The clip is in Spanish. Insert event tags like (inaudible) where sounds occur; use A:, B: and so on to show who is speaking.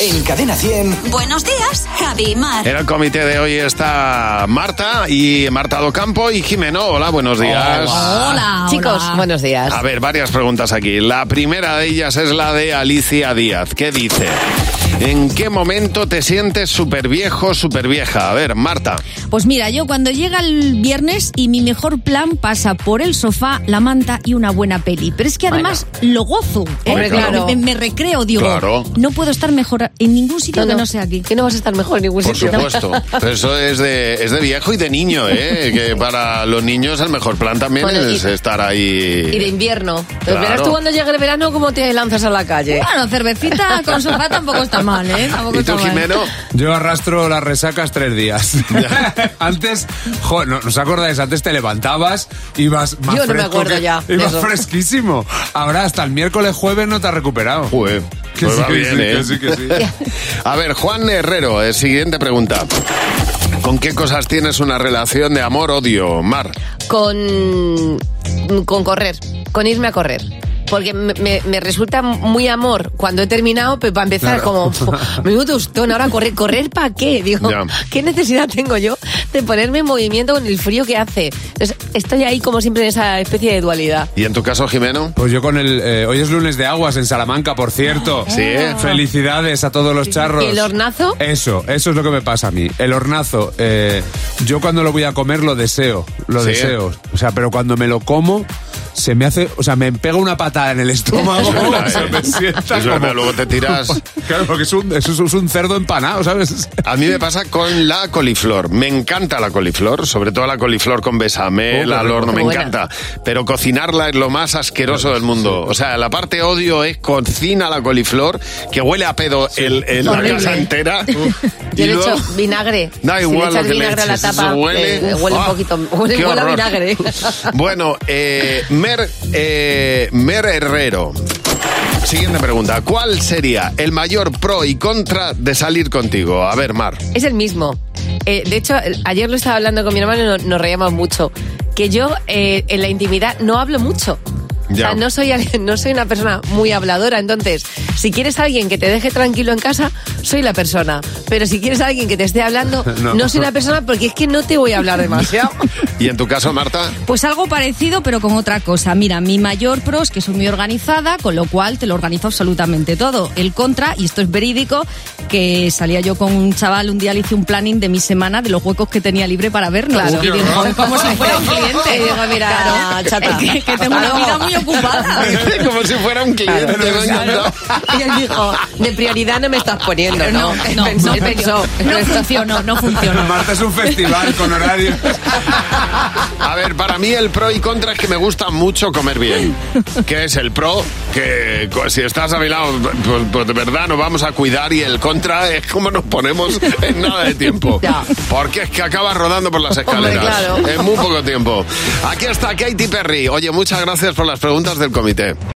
A: En Cadena 100.
B: Buenos días, Javi y Mar.
C: En el comité de hoy está Marta y Marta Docampo y Jimeno. Hola, buenos días.
D: Eh,
B: Hola,
E: Chicos,
B: hola.
E: buenos días.
C: A ver, varias preguntas aquí. La primera de ellas es la de Alicia Díaz. ¿Qué dice? ¿En qué momento te sientes súper viejo, súper vieja? A ver, Marta.
D: Pues mira, yo cuando llega el viernes y mi mejor plan pasa por el sofá, la manta y una buena peli. Pero es que además lo gozo. ¿eh?
E: Hombre, claro.
D: Me, me recreo, digo.
C: Claro.
D: No puedo estar mejor en ningún sitio que no sea aquí.
E: Que no vas a estar mejor en ningún
C: Por
E: sitio.
C: supuesto. Pero eso es de, es de viejo y de niño, ¿eh? Que para los niños el mejor plan también
E: Bueno, y-
C: es estar ahí.
E: (laughs) Y de invierno. Pero
C: Claro.
E: verás tú cuando llegue el verano cómo te lanzas a la calle.
D: Bueno, cervecita con sofá tampoco está mal, ¿eh? Tampoco
C: ¿Y
D: está
C: tú,
D: mal.
C: Jimeno?
F: Yo arrastro las resacas tres
C: (laughs)
F: días. antes, jo, ¿no, ¿os acordáis? Antes te levantabas, ibas más
E: Yo no me
F: fresco
E: acuerdo
F: que-
E: ya de
F: Ibas
E: eso.
F: fresquísimo. Ahora hasta el miércoles jueves no te has recuperado.
C: Joder,
F: Que
C: pues
F: sí,
C: va
F: que
C: bien,
F: sí,
C: ¿eh?
F: que sí, que sí.
C: (laughs) A ver, Juan Herrero, eh, siguiente pregunta. ¿Con qué cosas tienes una relación de amor-odio, Mar?
E: Con, con correr, con irme a correr. Porque me, me- me resulta muy amor cuando he terminado, pero para empezar
C: (laughs)
E: como "Fu, menudo tostón, ahora correr, correr para qué, digo,
C: Ya.
E: (laughs) ¿qué necesidad tengo yo de ponerme en movimiento con el frío que hace? Entonces, estoy ahí como siempre en esa especie de dualidad.
C: ¿Y en tu caso, Jimeno?
F: Pues yo con el... eh, hoy es lunes de aguas en Salamanca, por cierto.
C: Sí, ¿eh?
F: Felicidades a todos los charros.
E: ¿Y el hornazo?
F: Eso, eso es lo que me pasa a mí. El hornazo, eh, yo cuando lo voy a comer lo deseo, lo
C: Sí. eh.
F: deseo. O sea, pero cuando me lo como, se me hace, o sea, me pega una
C: (laughs)
F: patada en el estómago.
C: Es verdad,
F: (laughs) se
C: ¿eh?
F: me sienta
C: Es verdad,
F: como-
C: luego te tiras.
F: Claro, porque es un, es un- es un cerdo empanado, ¿sabes?
C: A mí me pasa con la coliflor. Me encanta la coliflor, sobre todo la coliflor con besamel,
F: Oh, qué
C: al
F: rico.
C: horno, me
E: Qué buena.
C: encanta. Pero cocinarla es lo más asqueroso del mundo. O sea, la parte odio es cocina la coliflor, que huele a pedo el, el- la
E: Horrible.
C: casa entera. Y
E: Yo le
C: luego-
E: echo vinagre.
C: Da
E: Si
C: igual
E: le echas
C: lo que le
E: vinagre a la
C: eches, eso
E: tapa,
C: huele,
E: eh, huele un
C: ¡Ah!
E: poquito, (laughs) huele,
C: ¡Qué
E: huele a
C: horror! (laughs)
E: vinagre. (laughs)
C: Bueno, eh, Mer, eh, Mer Herrero. Siguiente pregunta. ¿Cuál sería el mayor pro y contra de salir contigo? A ver, Mar.
E: Es el mismo. Eh, de hecho, el- ayer lo estaba hablando con mi hermano y no- nos, reíamos mucho. Que yo eh, en la intimidad no hablo mucho. O
C: Ya.
E: sea, no soy, alguien- (laughs) no soy una persona muy habladora. Entonces, si quieres a alguien que te deje tranquilo en casa, soy la persona. Pero si quieres a alguien que te esté hablando,
F: No.
E: no, soy la persona porque es que no te voy a
C: (laughs)
E: hablar demasiado.
C: Y en tu caso,
E: (laughs)
C: Marta.
D: Pues algo parecido, pero con otra cosa. Mira, mi mayor pro es que soy muy organizada, con lo cual te lo organizo absolutamente todo. El contra, y esto es verídico, que salía yo con un chaval, un día le hice un planning de mi semana, de los huecos que tenía libre para vernos.
E: Claro.
D: Y digo, "Joder, como si fuera un cliente.
E: (laughs) Y digo, mira, eh, chata,
D: es que, que tengo una
E: hasta
D: vida
E: luego.
D: muy ocupada.
C: Como si fuera un cliente.
E: Claro,
C: me ha encantado.
E: (laughs) Y él dijo, de prioridad no me estás poniendo, (laughs) ¿no?
D: No, no,
E: Él (laughs) pensó-
D: no
E: él pensó,
D: No funcionó, no funcionó.
F: Marta es un festival con horario.
C: A ver, para mí el pro y contra es que me gusta mucho comer bien. ¿Qué es el pro? Que co- si estás a mi lado, pues, pues de verdad nos vamos a cuidar y el contra es como nos ponemos en nada de tiempo.
E: Ya.
C: Porque es que acabas rodando por las escaleras.
E: claro.
C: En muy poco tiempo. Aquí está Katy Perry. Oye, muchas gracias por las preguntas del comité.